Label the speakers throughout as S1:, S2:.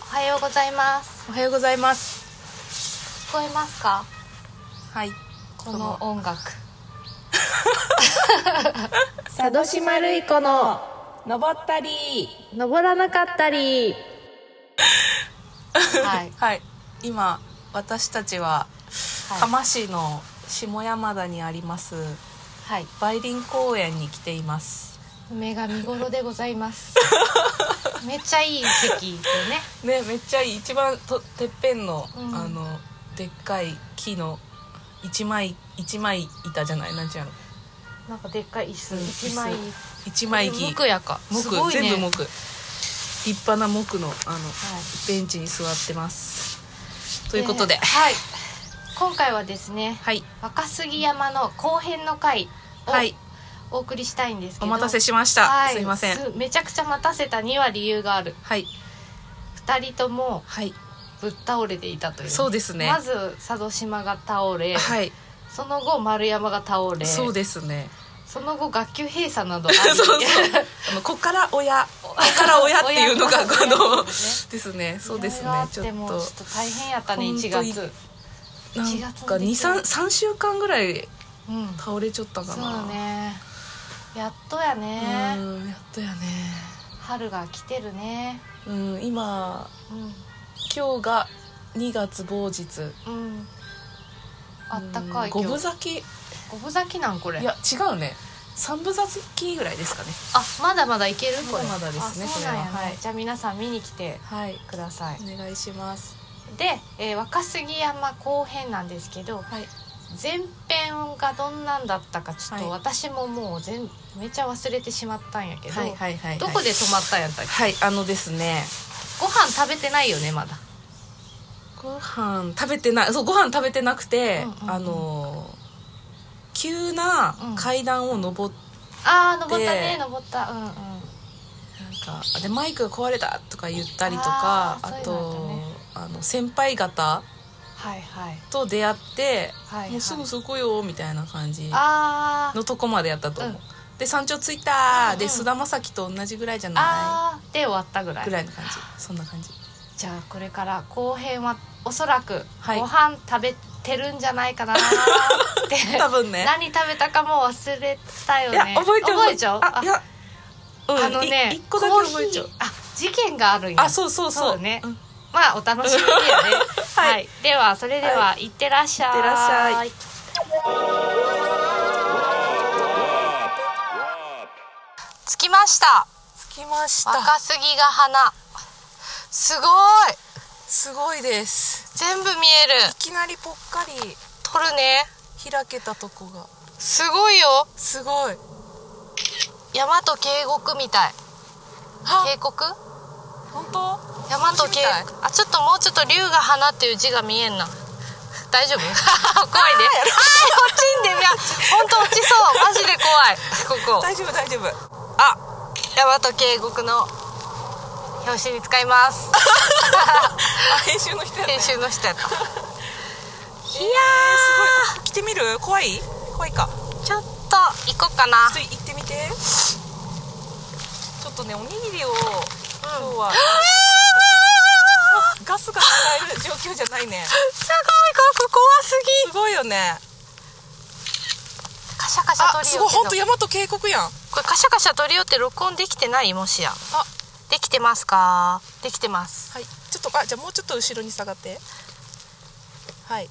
S1: はようございます
S2: おはようございます
S1: 聞こえますか
S2: はい
S1: この音楽
S2: 佐渡島るい子の登ったり
S3: 登らなかったり
S1: はい
S2: はい今私たちは
S1: はい、
S2: 釜市の下山田にあります
S1: はい、
S2: 梅林公園に来ています
S1: 梅が見頃でございます めっちゃいい席でね
S2: ねめっちゃいい一番とてっぺんの、
S1: うん
S2: あのでっかい木の一枚一枚板じゃないなんちゃうの
S1: なんかでっかい椅子
S2: うん
S1: 一枚
S2: 椅一枚木
S1: 木やか
S2: 木
S1: すごいね
S2: 全部木立派な木のあの
S1: はい
S2: ベンチに座ってますということで、
S1: えーはい今回はですね
S2: はい
S1: 若杉山の後編の回を
S2: はい
S1: お送りしたいんですけ
S2: お
S1: ど、
S2: 待たせ
S1: し
S2: しました、すいません
S1: めちゃくちゃ待たせたには理由がある
S2: はい
S1: 二人とも
S2: はい
S1: ぶっ倒れていたという
S2: そうですね
S1: まず佐渡島が倒れ、
S2: はい
S1: その後丸山が倒れ
S2: そうですね
S1: その後学級閉鎖などあり
S2: そ うそうあのこっから親こっから親っていうの が
S1: 親
S2: この
S1: 親
S2: ですねそうです
S1: い
S2: ね
S1: ろいろあっ
S2: ちょって
S1: もう
S2: と
S1: ちょっと大変やったね
S2: ほん
S1: 1
S2: とい
S1: 月
S2: なん
S1: 1月
S2: か
S1: の出来
S2: 23 3週間ぐらい
S1: うん
S2: 倒れちゃったか
S1: そ
S2: な
S1: うねやっとやね
S2: うんやっとやね
S1: 春が来てるね
S2: うん今
S1: うん
S2: 今日が2月某日
S1: うん。あったかい
S2: うん
S1: 今日。
S2: 五分咲き
S1: 五分咲きなんこれ。
S2: いや違うね三分咲きぐらいですかね
S1: あまだまだいけるこれ。
S2: まだまだですね
S1: あそうなんやね
S2: これははい
S1: じゃあ皆さん見に来て
S2: はい
S1: ください。
S2: お願いします
S1: で、えー若杉山後編なんですけど、
S2: はい
S1: 前編がどんなんだったかちょっと
S2: は
S1: 私ももう全めちゃ忘れてしまったんやけど、
S2: はいはいはい
S1: どこで止まったんやったっけ。
S2: はいあのですね
S1: ご飯食べてないよねまだ。
S2: ご飯食べてないそうご飯食べてなくて、
S1: うんうんうん
S2: あのー急な階段を登っ
S1: ああ登ったね
S2: で
S1: 登った。うんうん。
S2: なんかでマイクが壊れたとか言ったりとか
S1: あー
S2: あ
S1: そういうのあ
S2: と
S1: ったね
S2: あの先輩方
S1: はいはい
S2: と出会って、
S1: はいはい。
S2: もうすぐそこよみたいな感じ
S1: あー
S2: のとこまでやったと思う、
S1: うん
S2: で山頂着いたー
S1: う
S2: で
S1: んうん
S2: 菅田将暉と同じぐらいじゃな
S1: あーで終わったぐらい
S2: いぐ。らいの感じそんな感じ
S1: じゃあこれから後編はおそらく
S2: はい
S1: ご飯食べてるんじゃないかなーって、
S2: 多分ね
S1: 何食べたかも忘れたよ
S2: い
S1: ね
S2: や覚えてる
S1: 覚えちゃう
S2: あいや、うん、
S1: あのね
S2: い一個だけ覚えちゃう
S1: コーヒーあ事件があるんや
S2: あそうそうそう
S1: そうね
S2: ん
S1: まあお楽しみにね はい、ではそれでは、い、ってらっしゃい
S2: いってらっしゃい
S1: 着きました
S2: 着きました
S1: 若杉が花すごい
S2: すごいです
S1: 全部見える
S2: いきなりぽっかり
S1: 撮るね
S2: 開けたとこが
S1: すごいよ
S2: すごい
S1: 山と渓谷みたい
S2: あ
S1: 渓谷
S2: 本当
S1: 山と
S2: 星
S1: 渓
S2: みたい
S1: あちょっともうちょっと龍が花っていう字が見えんな大丈夫 怖いねあー落ちんでいや本当落ちそうマジで怖いここ
S2: 大丈夫大丈夫
S1: あ山と渓谷の表紙に使います
S2: あ編集の人やね
S1: 編集の人やったいや
S2: えーすごい来てみる怖い怖いか
S1: ーちょっと行こうかな
S2: ちょっと行ってみてちょっとねおにぎりを今日は、ガスが使える状況じゃないね
S1: すごいここ怖す
S2: すごいよね
S1: ぎカシャカシャ
S2: あ
S1: 撮り
S2: す
S1: よ
S2: ごい
S1: う
S2: 本当
S1: けど
S2: 大和渓谷やん
S1: これカシャカシャ撮りよって録音できてないもしや
S2: あ
S1: できてますかできてます
S2: はい、ちょっとあじゃあもうちょっと後ろに下がって。はい。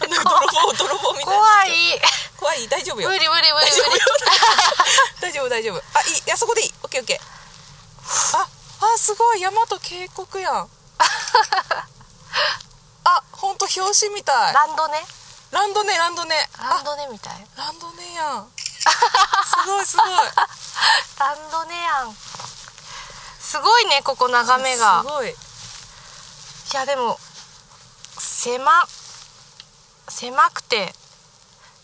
S2: なんか泥棒泥棒みたい
S1: 怖
S2: な。
S1: い
S2: 怖い大丈夫
S1: 無理
S2: よ
S1: 無。理無理
S2: 大丈夫
S1: 無
S2: よ
S1: 理
S2: 大丈夫大丈夫。あいいいやそこでいい。オッケーオッケー。ああすごい山と渓谷や ん。あ本当表紙みたい。
S1: ランドね
S2: ランドネランドネ。
S1: ラ
S2: あ
S1: ンドネみたい
S2: ランドネやん。すごいすごい。
S1: ランドネやんすごいねここ眺めが
S2: すごい。
S1: いやでも狭狭くて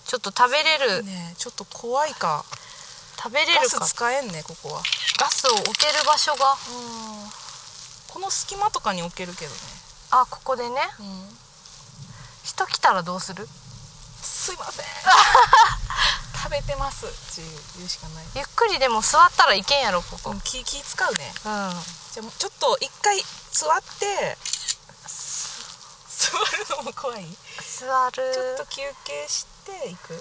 S1: ちょっと食べれる
S2: ねちょっと怖いか。
S1: 食べれ
S2: ガ
S1: る
S2: ス
S1: か
S2: 使えんねここは。
S1: ガスを置ける場所が
S2: この隙間とかに置けるけどね。
S1: あここでね
S2: うん。
S1: 人来たらどうする
S2: すいません食べてますっていう言うしかない
S1: ゆっくりでも座ったらいけんやろここう
S2: うんん気気使うね
S1: あ
S2: じゃあちょっと一回座ってす 座るのも怖いち
S1: 座
S2: ょっと
S1: る
S2: 休憩していく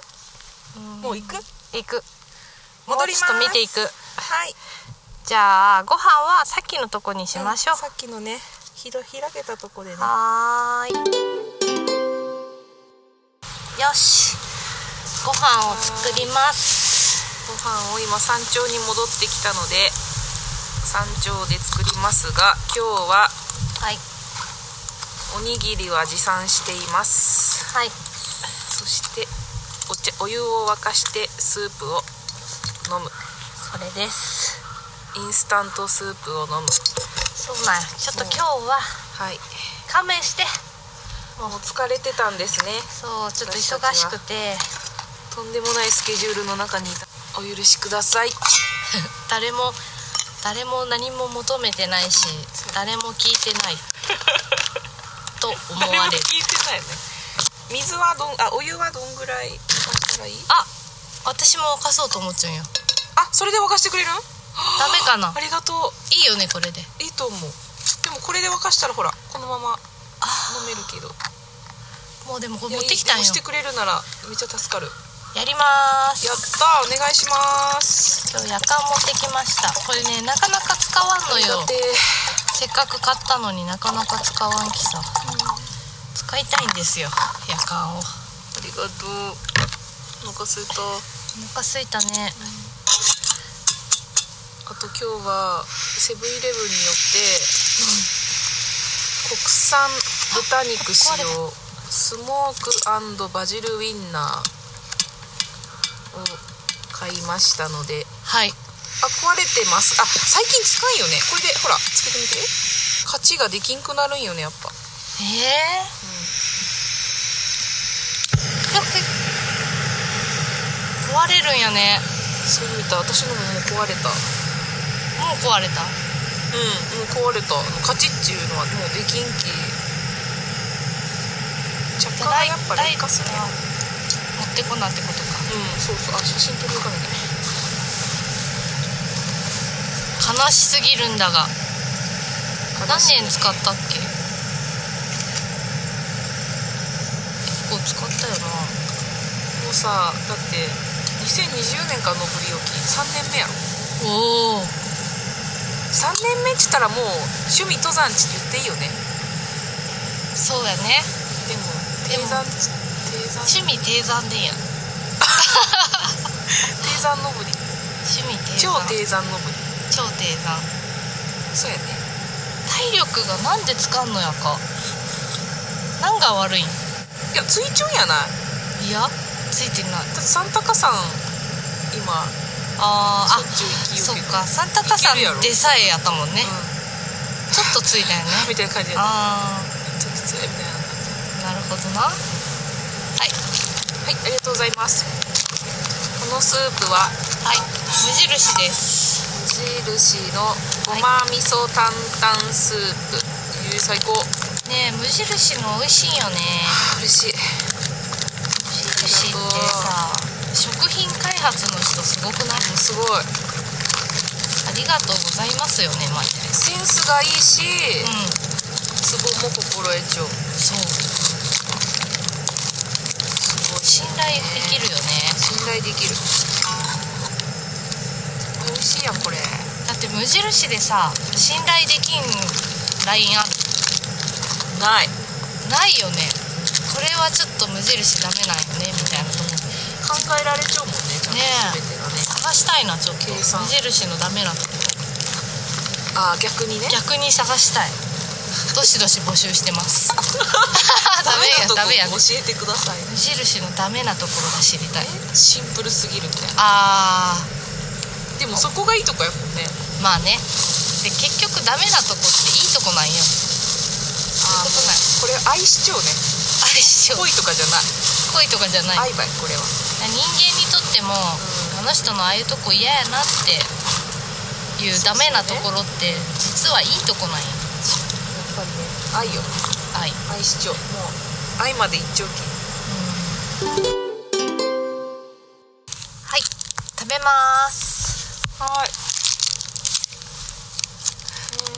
S1: うん
S2: もう行く
S1: 行く
S2: 戻ります
S1: もうちょっと見ていく
S2: はい
S1: じゃあご飯はさっきのとこにしましょう、
S2: さっきのねひど開けたとこでね
S1: はーいよしご飯を作ります
S2: ご飯を今山頂に戻ってきたので山頂で作りますが今日は
S1: はい
S2: おにぎりは持参しています
S1: はい
S2: そしてお茶お湯を沸かしてスープを飲む
S1: それです
S2: インスタントスープを飲む
S1: そうなんやちょっと今日は
S2: はい
S1: 勘弁して
S2: もう疲れてたんですね
S1: そうちょっと忙しくて
S2: とんでもないスケジュールの中にいたお許しください
S1: 誰も誰も何も求めてないし誰も聞いて ないと思
S2: 誰も
S1: われる
S2: 聞いてないね水はどんあお湯はどんぐらい沸かしたらいい
S1: あ私も沸かそうと思っちゃうんよ
S2: あそれで沸かしてくれる
S1: ダメかな
S2: ありがとう
S1: いいよねこれで
S2: いいと思うでもこれで沸かしたらほらこのまま
S1: あ
S2: 飲めるけど
S1: ーもうでもこ
S2: い
S1: れ
S2: や
S1: 持ってきたん
S2: い
S1: よ
S2: いでもしてくれるならめっちゃ助かる
S1: やりまー
S2: やっ
S1: す
S2: たお願いします
S1: 今日夜間持ってきましたこれねなかなか使わんの
S2: だ
S1: よ
S2: って
S1: せっかく買ったのになかなか使わんきさ使いたいんですよ夜間をお
S2: ありがとうお腹すいた
S1: 腹すいたね
S2: あと今日はセブンイレブンによって、国産豚肉使用スモークバジルウインナーを買いましたので
S1: はい
S2: あ壊れてますあ最近使うよねこれでほらつけてみて勝ちができんくなるんよねやっぱ
S1: ええー壊れるんやね
S2: そう見た私のももう壊れた
S1: もう壊れた
S2: うんもう壊れたカチッちゅうのはもうできんき着火がやっぱ
S1: ライ
S2: 劣化するな
S1: ライ持ってこなってことか
S2: うんそうそうあ写真撮りかなきゃ
S1: 悲しすぎるんだが何年使ったっけ結構使ったよな
S2: もうさだって2020年からのぶり置き3年目やろ
S1: おお
S2: 3年目っちったらもう趣味登山地って言っていいよね
S1: そうやね
S2: でも
S1: で
S2: 低
S1: も
S2: 山地低
S1: 趣
S2: 山
S1: 味低山でんや
S2: 低山登り
S1: 趣味低
S2: 超
S1: 山
S2: 低山登り
S1: 超低山
S2: そうやね
S1: 体力がなんでつかんのやかなんが悪いん
S2: いやついちょんやない
S1: いやついてない
S2: だってサンタカさん今
S1: あー
S2: しょっちゅう
S1: あそ
S2: 行きよけ
S1: っ
S2: ど
S1: かサンタカさん
S2: いけるやろ
S1: でさえやったもんね
S2: う
S1: ちょっとついたよ ね
S2: んみたいな感じでめっ
S1: あ
S2: ちゃきついみたいな感じ
S1: あなるほどなはい
S2: はいありがとうございますこのスープ
S1: は
S2: は
S1: い無印です
S2: 無印のごま味噌担々スープ、えー最高
S1: ねえ無印の美味しいよね
S2: あー嬉しい
S1: 無印ってさ食品開発の人すごくない
S2: すごい
S1: ありがとうございますよねマジで
S2: センスがいいし
S1: うん
S2: ツボも心得ちょう
S1: そう
S2: すごい
S1: 信頼できるよね
S2: 信頼できる美味しいやんこれ
S1: だって無印でさ信頼できん LINE ある
S2: ない
S1: ないよねこれはちょっと無印ダメなんよねみたいなとこ
S2: 考えられちゃうもんねちゃんと
S1: ねえ
S2: 全てがね
S1: 探したいなちょっと
S2: 計
S1: 無
S2: 算
S1: 印のダメなとこ
S2: あー逆にね
S1: 逆に探したいどしどし募集してます ダメやダ
S2: ダ
S1: メ
S2: メ
S1: や
S2: なとこ
S1: 無
S2: 教えてください
S1: 印のダメなところが知りたい
S2: シンプルすぎるみたいな
S1: あ
S2: でもそこがいいとこやもんね
S1: ーまあねで結局ダメなとこっていいとこなんよ
S2: あ
S1: そういうことない
S2: ーこれ愛しちゃうね
S1: あれしよう
S2: 恋とかじゃな
S1: 恋とかじゃない
S2: い愛ばいこれは
S1: 人間にとっても、あの人のああいうとこ嫌やなっていうダメなところって実はいいとこなんや
S2: やっぱりね愛よ
S1: 愛
S2: 愛しちゃうもう愛まで一丁き
S1: はい食べます
S2: はい、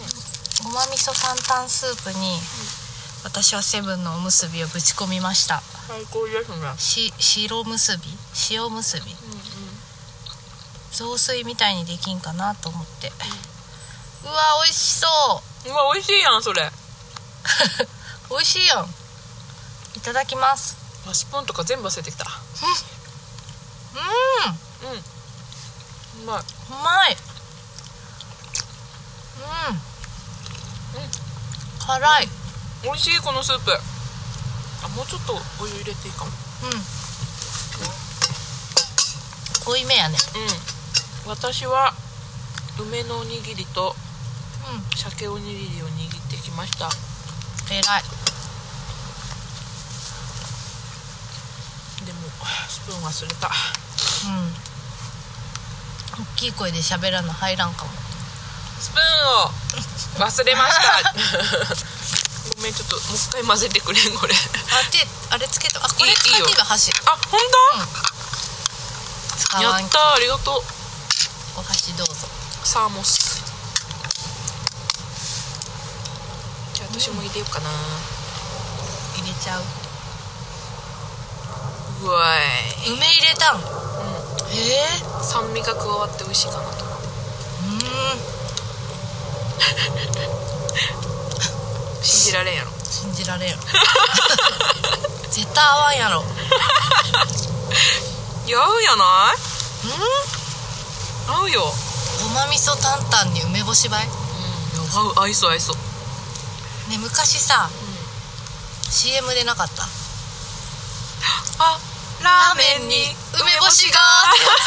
S2: うん
S1: 味噌三タンスープに私はセブンのおむすびをぶち込みました
S2: 最高ですね。
S1: し白むすび塩むすび
S2: うんうん。
S1: 雑炊みたいにできんかなと思ってうわ美味しそう
S2: わ、美味しいやん、それ。
S1: う美味しいやんいただきます
S2: マシポンとか全部忘れてきた。
S1: うん
S2: うん。うまい。
S1: うまいうん、
S2: うん
S1: 辛い
S2: 美味しい、このスープ。あ、もうちょっとお湯入れていいかも。
S1: うん濃いめやね
S2: うん。私は。梅のおにぎりと
S1: うん
S2: 鮭おにぎりを握ってきました。
S1: 偉い
S2: でも、スプーン忘れた。
S1: うん大きい声で喋らな入らんかも
S2: スプーンを忘れました。ごめん、ちょっともう一回混ぜてくれん、これ。
S1: あ手あれつけたあこれ
S2: いい
S1: 使っていい
S2: いい
S1: わ箸
S2: あ、本
S1: 使
S2: 当、
S1: わ
S2: や
S1: ん
S2: ったー、ありがとう。
S1: お箸どうぞ
S2: サーモスじゃあ私も入れようかな、
S1: 入れちゃう
S2: うわい
S1: 梅入れたんへえ
S2: 酸味が加わって美味しいかなと
S1: う
S2: 信じられんやろ
S1: ーん信じられん 絶対合わんやろ
S2: いや合うんやない
S1: うん
S2: 合うよ、
S1: ごま味噌担々に梅干しばい
S2: うん、合う合いそう合いそう、
S1: ね昔さ CM でなかった
S2: あラーメンに梅干しが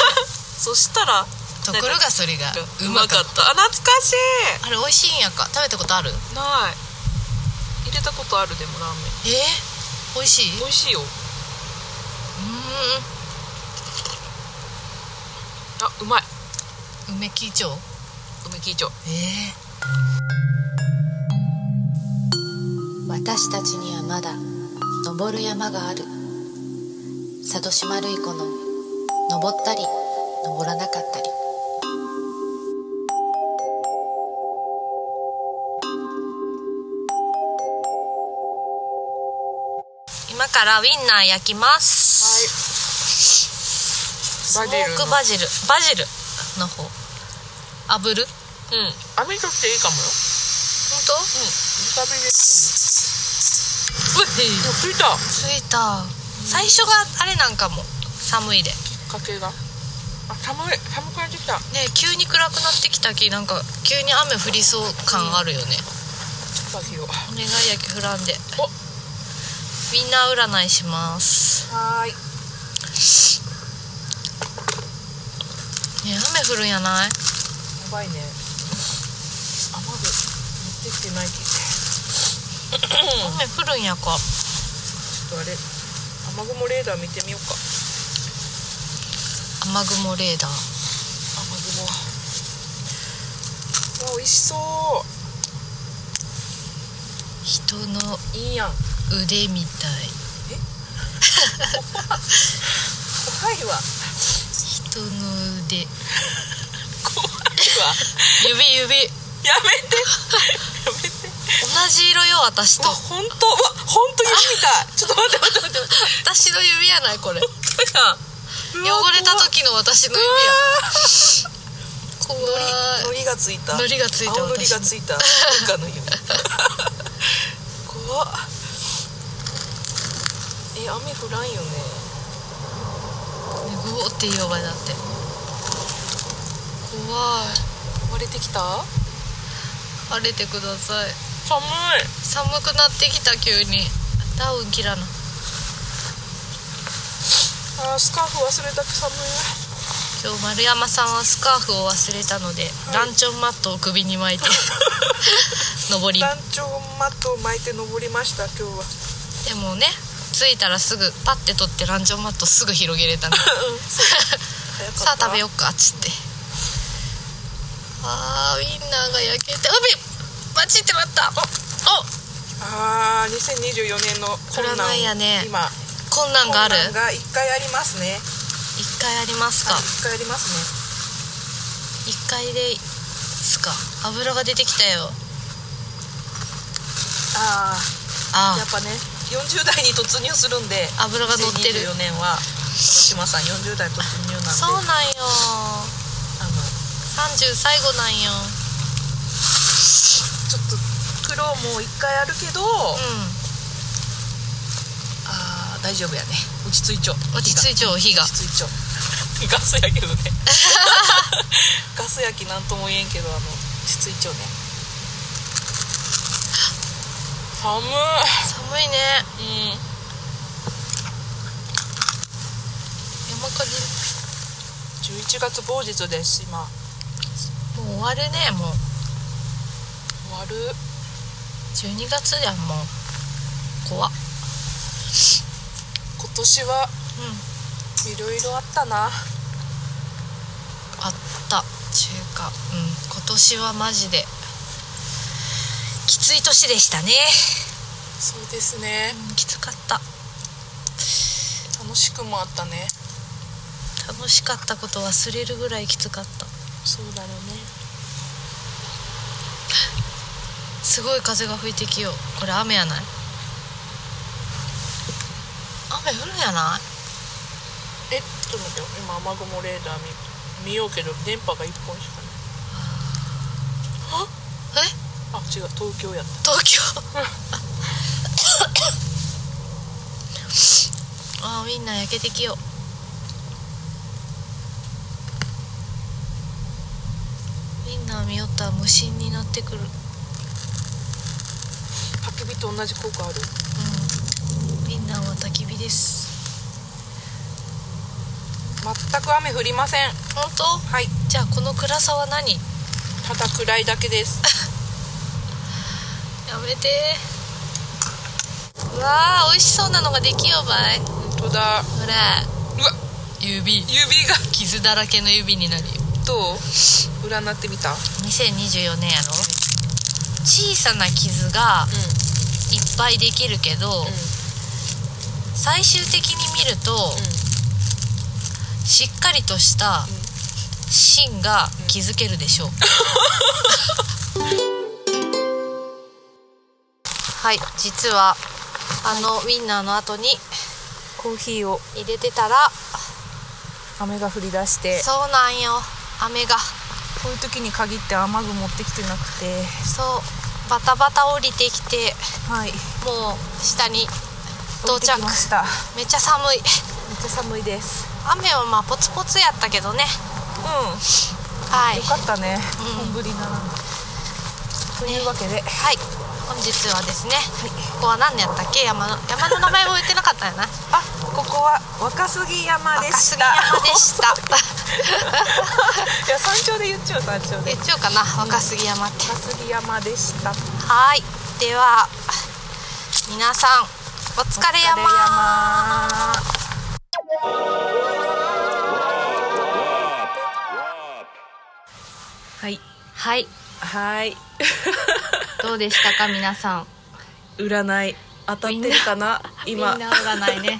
S2: そしたら
S1: ところがそれが
S2: う
S1: う
S2: ま
S1: ま
S2: か
S1: か
S2: っ
S1: った
S2: あ懐かした
S1: あれ美味しいんやんか食べたことあるえ
S2: いない入れたことあるでもラーメ
S1: ー、美味しい
S2: ン美味しいよ
S1: う
S2: あうまい
S1: ーん梅木町
S2: 梅木町
S1: え私たちにはまだ登る山がある佐渡島るい子の登ったり登らなかったり今からウインナー焼きます、
S2: バ
S1: スモークバジルバジルの方炙る
S2: うん網とっていいかもよ
S1: 本当
S2: うん、わさびです。うっ、ついた。
S1: ついた最初があれなんかも寒いで
S2: 家計が。あ、寒い、寒くなってきた。
S1: ね急に暗くなってきたきなんか急に雨降りそう感あるよね、
S2: バギを。
S1: お願い焼き降らんで
S2: お
S1: みんな占いします
S2: はーい。
S1: ね雨降るんやない
S2: やばいね。あ、まず。持ってきてないき。ち
S1: 雨降るんやか
S2: ょっとあれ。雨雲レーダー見てみようか。
S1: 雨雲レーダー
S2: 雨雲。わ、美味しそ
S1: 人の
S2: う。いいやん。
S1: 腕みたい
S2: 怖いわ。
S1: 人の腕
S2: 怖いわ。
S1: 指指
S2: やめて。やめて。
S1: 同じ色よ私と
S2: わ、本当、わ、本当に指みたい。ちょっと待って、待って、待って、待っ て。
S1: 私の指やないこれ
S2: 本当やん。
S1: 汚れた時の私の指や怖い
S2: のりがついた
S1: 糊がついた
S2: 青のりがついた文化の夢怖っえ雨降らんよね
S1: ねぐおって言うばいだって怖い
S2: 割れてきた
S1: 晴れてください
S2: 寒い
S1: 寒くなってきた急にダウン切らな
S2: あースカーフ忘れたく寒い
S1: 今日丸山さんはスカーフを忘れたので、ランチョンマットを首に 巻いて登り
S2: 団長マットを巻いて登りました今日は
S1: でもね着いたらすぐパッて取ってランチョンマットすぐ広げれ たね
S2: 早かった
S1: さあ食べよっかっつってあーウインナーが焼けてうびバチってまったおお
S2: あー2024年の困難
S1: 占いやね
S2: 今
S1: こんなんがある
S2: 困難が一回ありますね
S1: 一回ありますか
S2: はい一回ありますね
S1: 一回ですか油が出てきたよ
S2: あ
S1: あ
S2: あやっぱね40代に突入するんで
S1: 油が乗ってる
S2: 4年は広島さん40代突入なんで
S1: そうなんよ
S2: あの
S1: 30最後なんよ
S2: ちょっと苦労も一回あるけど、
S1: う
S2: あー大丈夫やね落ち着いちょ
S1: ん落ち着いちゃう火が
S2: 落ち着いちょガスや けどねガス焼きなんとも言えんけどあの落ち着いちょね寒
S1: 寒いね
S2: い、うん、
S1: 山火事
S2: 11月某日です今
S1: もう終わるねもう
S2: 終わる
S1: 12月じゃんもう怖っ
S2: 今年は
S1: うん
S2: いろいろあったな
S1: あった中華うん今年はマジできつい年でしたね
S2: そうですね
S1: きつかった
S2: 楽しくもあったね
S1: 楽しかったこと忘れるぐらいきつかった
S2: そうだろうね
S1: すごい風が吹いてきようこれ雨やない雨降るんやない
S2: えちょっと待ってよ今雨雲レーダー見見ようけど電波が一本しかない
S1: え
S2: あ違う東京やった
S1: 東京 あーウインナー焼けてきようウインナー見よったら無心になってくる
S2: 焚き火と同じ効果あ
S1: う
S2: る
S1: んウインナーは焚き火です
S2: 全く雨降りません
S1: 本当
S2: はい
S1: じゃあこの暗さは何や
S2: ただ暗いだけです
S1: めてうわあ美味しそうなのができよばい
S2: 本当だ
S1: ほら
S2: うわ
S1: 指
S2: 指が
S1: 傷だらけの指になるよ
S2: どう占ってみたうん
S1: 2024年やろ小さな傷がいっぱいできるけど、
S2: うん
S1: 最終的に見ると、しっかりとした芯が築けるでし ょう、はい実はあのウインナーの後に
S2: コーヒーを
S1: 入れてたら
S2: 雨が降り出して
S1: そうなんよ雨が
S2: こういう時に限って雨具持ってきてなくて
S1: そうバタバタ降りてきて
S2: はい
S1: もう下に到着
S2: 降りてきました
S1: めっちゃ寒い
S2: めっちゃ寒いです
S1: 雨はまあポツポツやったけどね
S2: うん
S1: はい
S2: よかったね、
S1: うん
S2: 本降りならんというわけで、
S1: はい本日はですね、ここは何やったっけ山の山の名前も言ってなかったよな
S2: あここは若杉 山で
S1: 赤
S2: し
S1: 杉
S2: た
S1: 山でした
S2: いや山頂で言っちゃう山頂で
S1: 言っちゃおうかな若杉山って、
S2: 若杉山でしたお疲
S1: はーいでは皆さんお疲れ山
S2: 山はい
S1: はい
S2: はい
S1: どうでしたか皆さん
S2: 占い当たってるかな
S1: ウイン
S2: 今
S1: ナー占い ね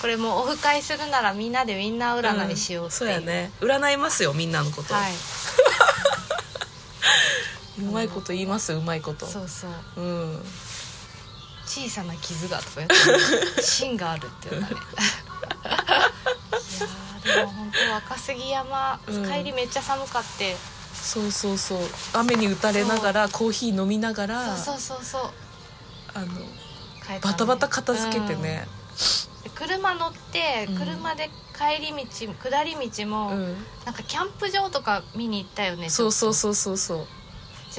S1: これもうオフ会するならみんなでウインナー占いしようって
S2: そ
S1: いうう,、
S2: やね占いますよみんなのこと、
S1: はいう
S2: まいこと言いますうまいこと
S1: そうそう
S2: うん
S1: 小さな傷がとかやってる芯があるっていうのがねいやーでも本当若杉山、
S2: うん
S1: 帰りめっちゃ寒かって
S2: そうそうそう雨に打たれながらコーヒー飲みながら
S1: そうそうそうそう
S2: あの
S1: 帰ったね
S2: バタバタ片付けてね、
S1: うん車乗って
S2: うん
S1: 車で帰り道、下り道も、
S2: うん
S1: なんかキャンプ場とか見に行ったよね
S2: そう
S1: ちょっ
S2: そうそうそうそう
S1: と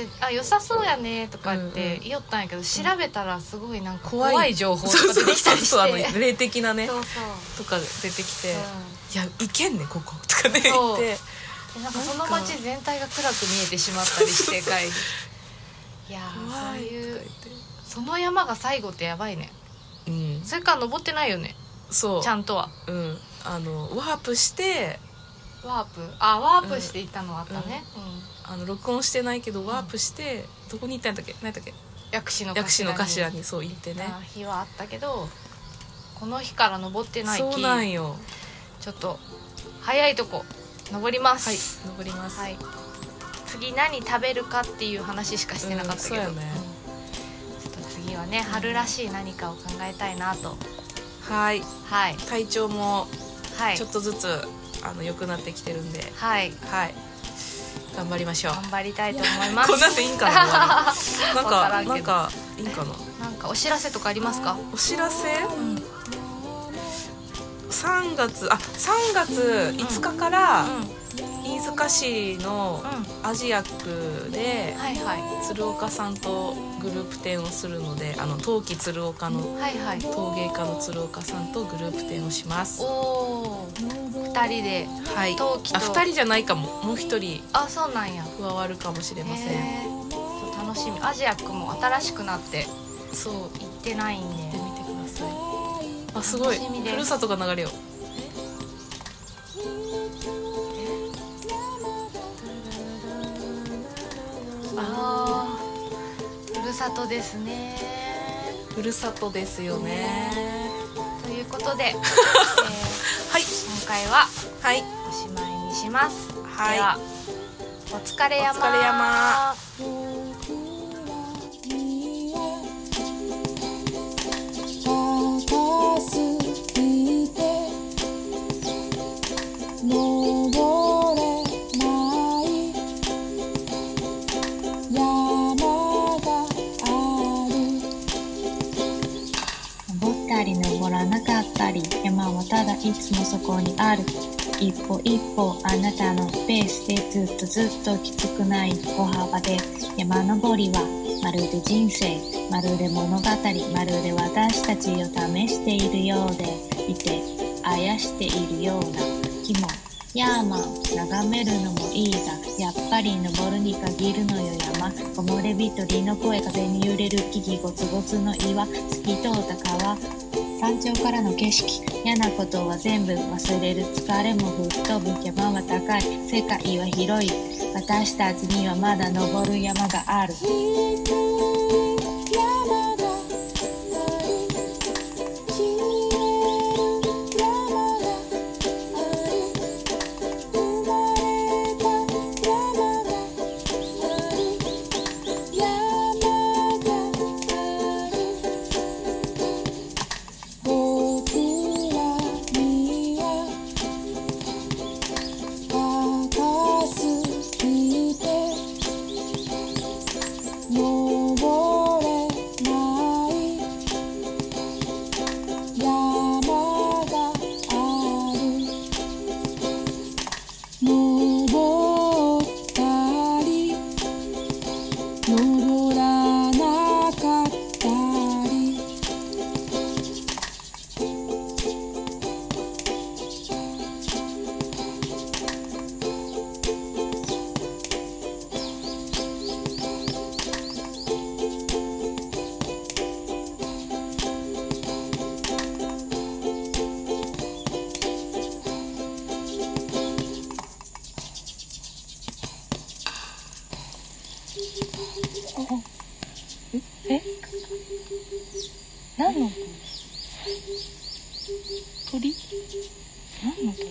S1: じゃあ良さそうやねとか言っ
S2: うんう
S1: て
S2: ん
S1: 言おったんやけど、調べたらすごいなんか
S2: 怖
S1: 怖
S2: い
S1: い情報とか出てきたりして
S2: そうそうそうそうあの霊的なね
S1: そう
S2: とか出てきて「
S1: そう
S2: いやいけんねここ」とかね言
S1: そう
S2: って
S1: でなんかその街全体が暗く見えてしまったりして帰りいや
S2: 「
S1: ー
S2: 怖
S1: そう
S2: い」
S1: い
S2: と
S1: う
S2: か言
S1: その山が最後ってやばいね
S2: ってうん
S1: それから登ってないよね
S2: そう
S1: ちゃんとは
S2: うんあのワープして
S1: ワープあワープして行ったのはあったね、うん
S2: あの録音してないけどワープして、どこに行ったんだっけ何だっけ
S1: 薬師の
S2: 薬師の
S1: 頭
S2: 頭
S1: に
S2: にそう行ってね
S1: な日はあったけどこの日から登ってない
S2: そうなん
S1: き
S2: よ
S1: ちょっと早いとこ登りま
S2: はい
S1: す
S2: 登ります、
S1: はい、次何食べるかっていう話しかしてなかったけど、
S2: うんそうやね
S1: うんちょっと次次はね春らしい何かを考えたいなと
S2: はい
S1: はい
S2: 体調も
S1: はい
S2: ちょっとずつ、あの良くなってきてるんで
S1: はい
S2: はい頑張りましょう
S1: 頑張りたいと思います
S2: こんなんでいいんかな なん
S1: わからん
S2: か
S1: けど
S2: なんかいいんかな
S1: なんかお知らせとかありますか
S2: お知らせ
S1: うん
S2: 3月あ3月5日から
S1: うん
S2: 飯塚市の
S1: う
S2: アジア区で
S1: んはいは
S2: 鶴岡さんとグループ展をするのであの冬季鶴岡の
S1: いはいはい
S2: 陶芸家の鶴岡さんとグループ展をします
S1: おお二人で
S2: はい
S1: 陶器と
S2: あ2人じゃないかももう1人
S1: あそうなんや
S2: 加わるかもしれません
S1: へーちょっと楽しみアジアックも新しくなって
S2: そう行って
S1: 行ってないんで
S2: みてくださいあすごい
S1: 楽しみです
S2: ふるさとが流れよ
S1: あーふるさとですね
S2: ふるさとですよね
S1: という ことで、えー
S2: はい
S1: 今回は
S2: はい
S1: おしまいにします、
S2: はい
S1: ではお疲れ山
S2: お疲れ山
S4: 高すぎて登れない山がある
S5: 登ったり登らなかったり山はただいつもそこにある一歩一歩あなたのペースでずっとずっときつくない歩幅で山登りはまるで人生まるで物語まるで私たちを試しているようでいてあやしているような気もヤーマン眺めるのもいいがやっぱり登るに限るのよ山木漏れ日鳥の声風に揺れる木々ゴツゴツの岩透き通った川山頂からの景色嫌なことは全部忘れる疲れも吹っ飛ぶ山は高い世界は広い私たちにはまだ登る山がある
S4: 「山がある」「きれい山がある」「生まれた山がある」「山がある」「僕らには高すぎて」登れない山がある登ったり登らなかったり
S5: え何の音鳥何の鳥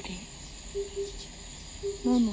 S5: 何の